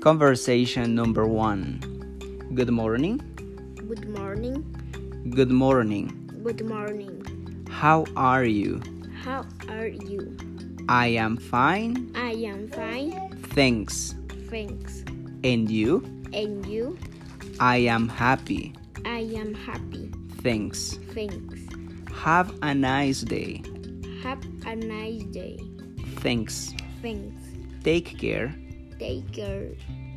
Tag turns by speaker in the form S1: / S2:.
S1: Conversation number one. Good morning.
S2: Good morning.
S1: Good morning.
S2: Good morning.
S1: How are you?
S2: How are you?
S1: I am fine.
S2: I am fine.
S1: Thanks.
S2: Thanks.
S1: And you?
S2: And you?
S1: I am happy.
S2: I am happy.
S1: Thanks.
S2: Thanks.
S1: Have a nice day.
S2: Have a nice day.
S1: Thanks.
S2: Thanks.
S1: Take care.
S2: Take care.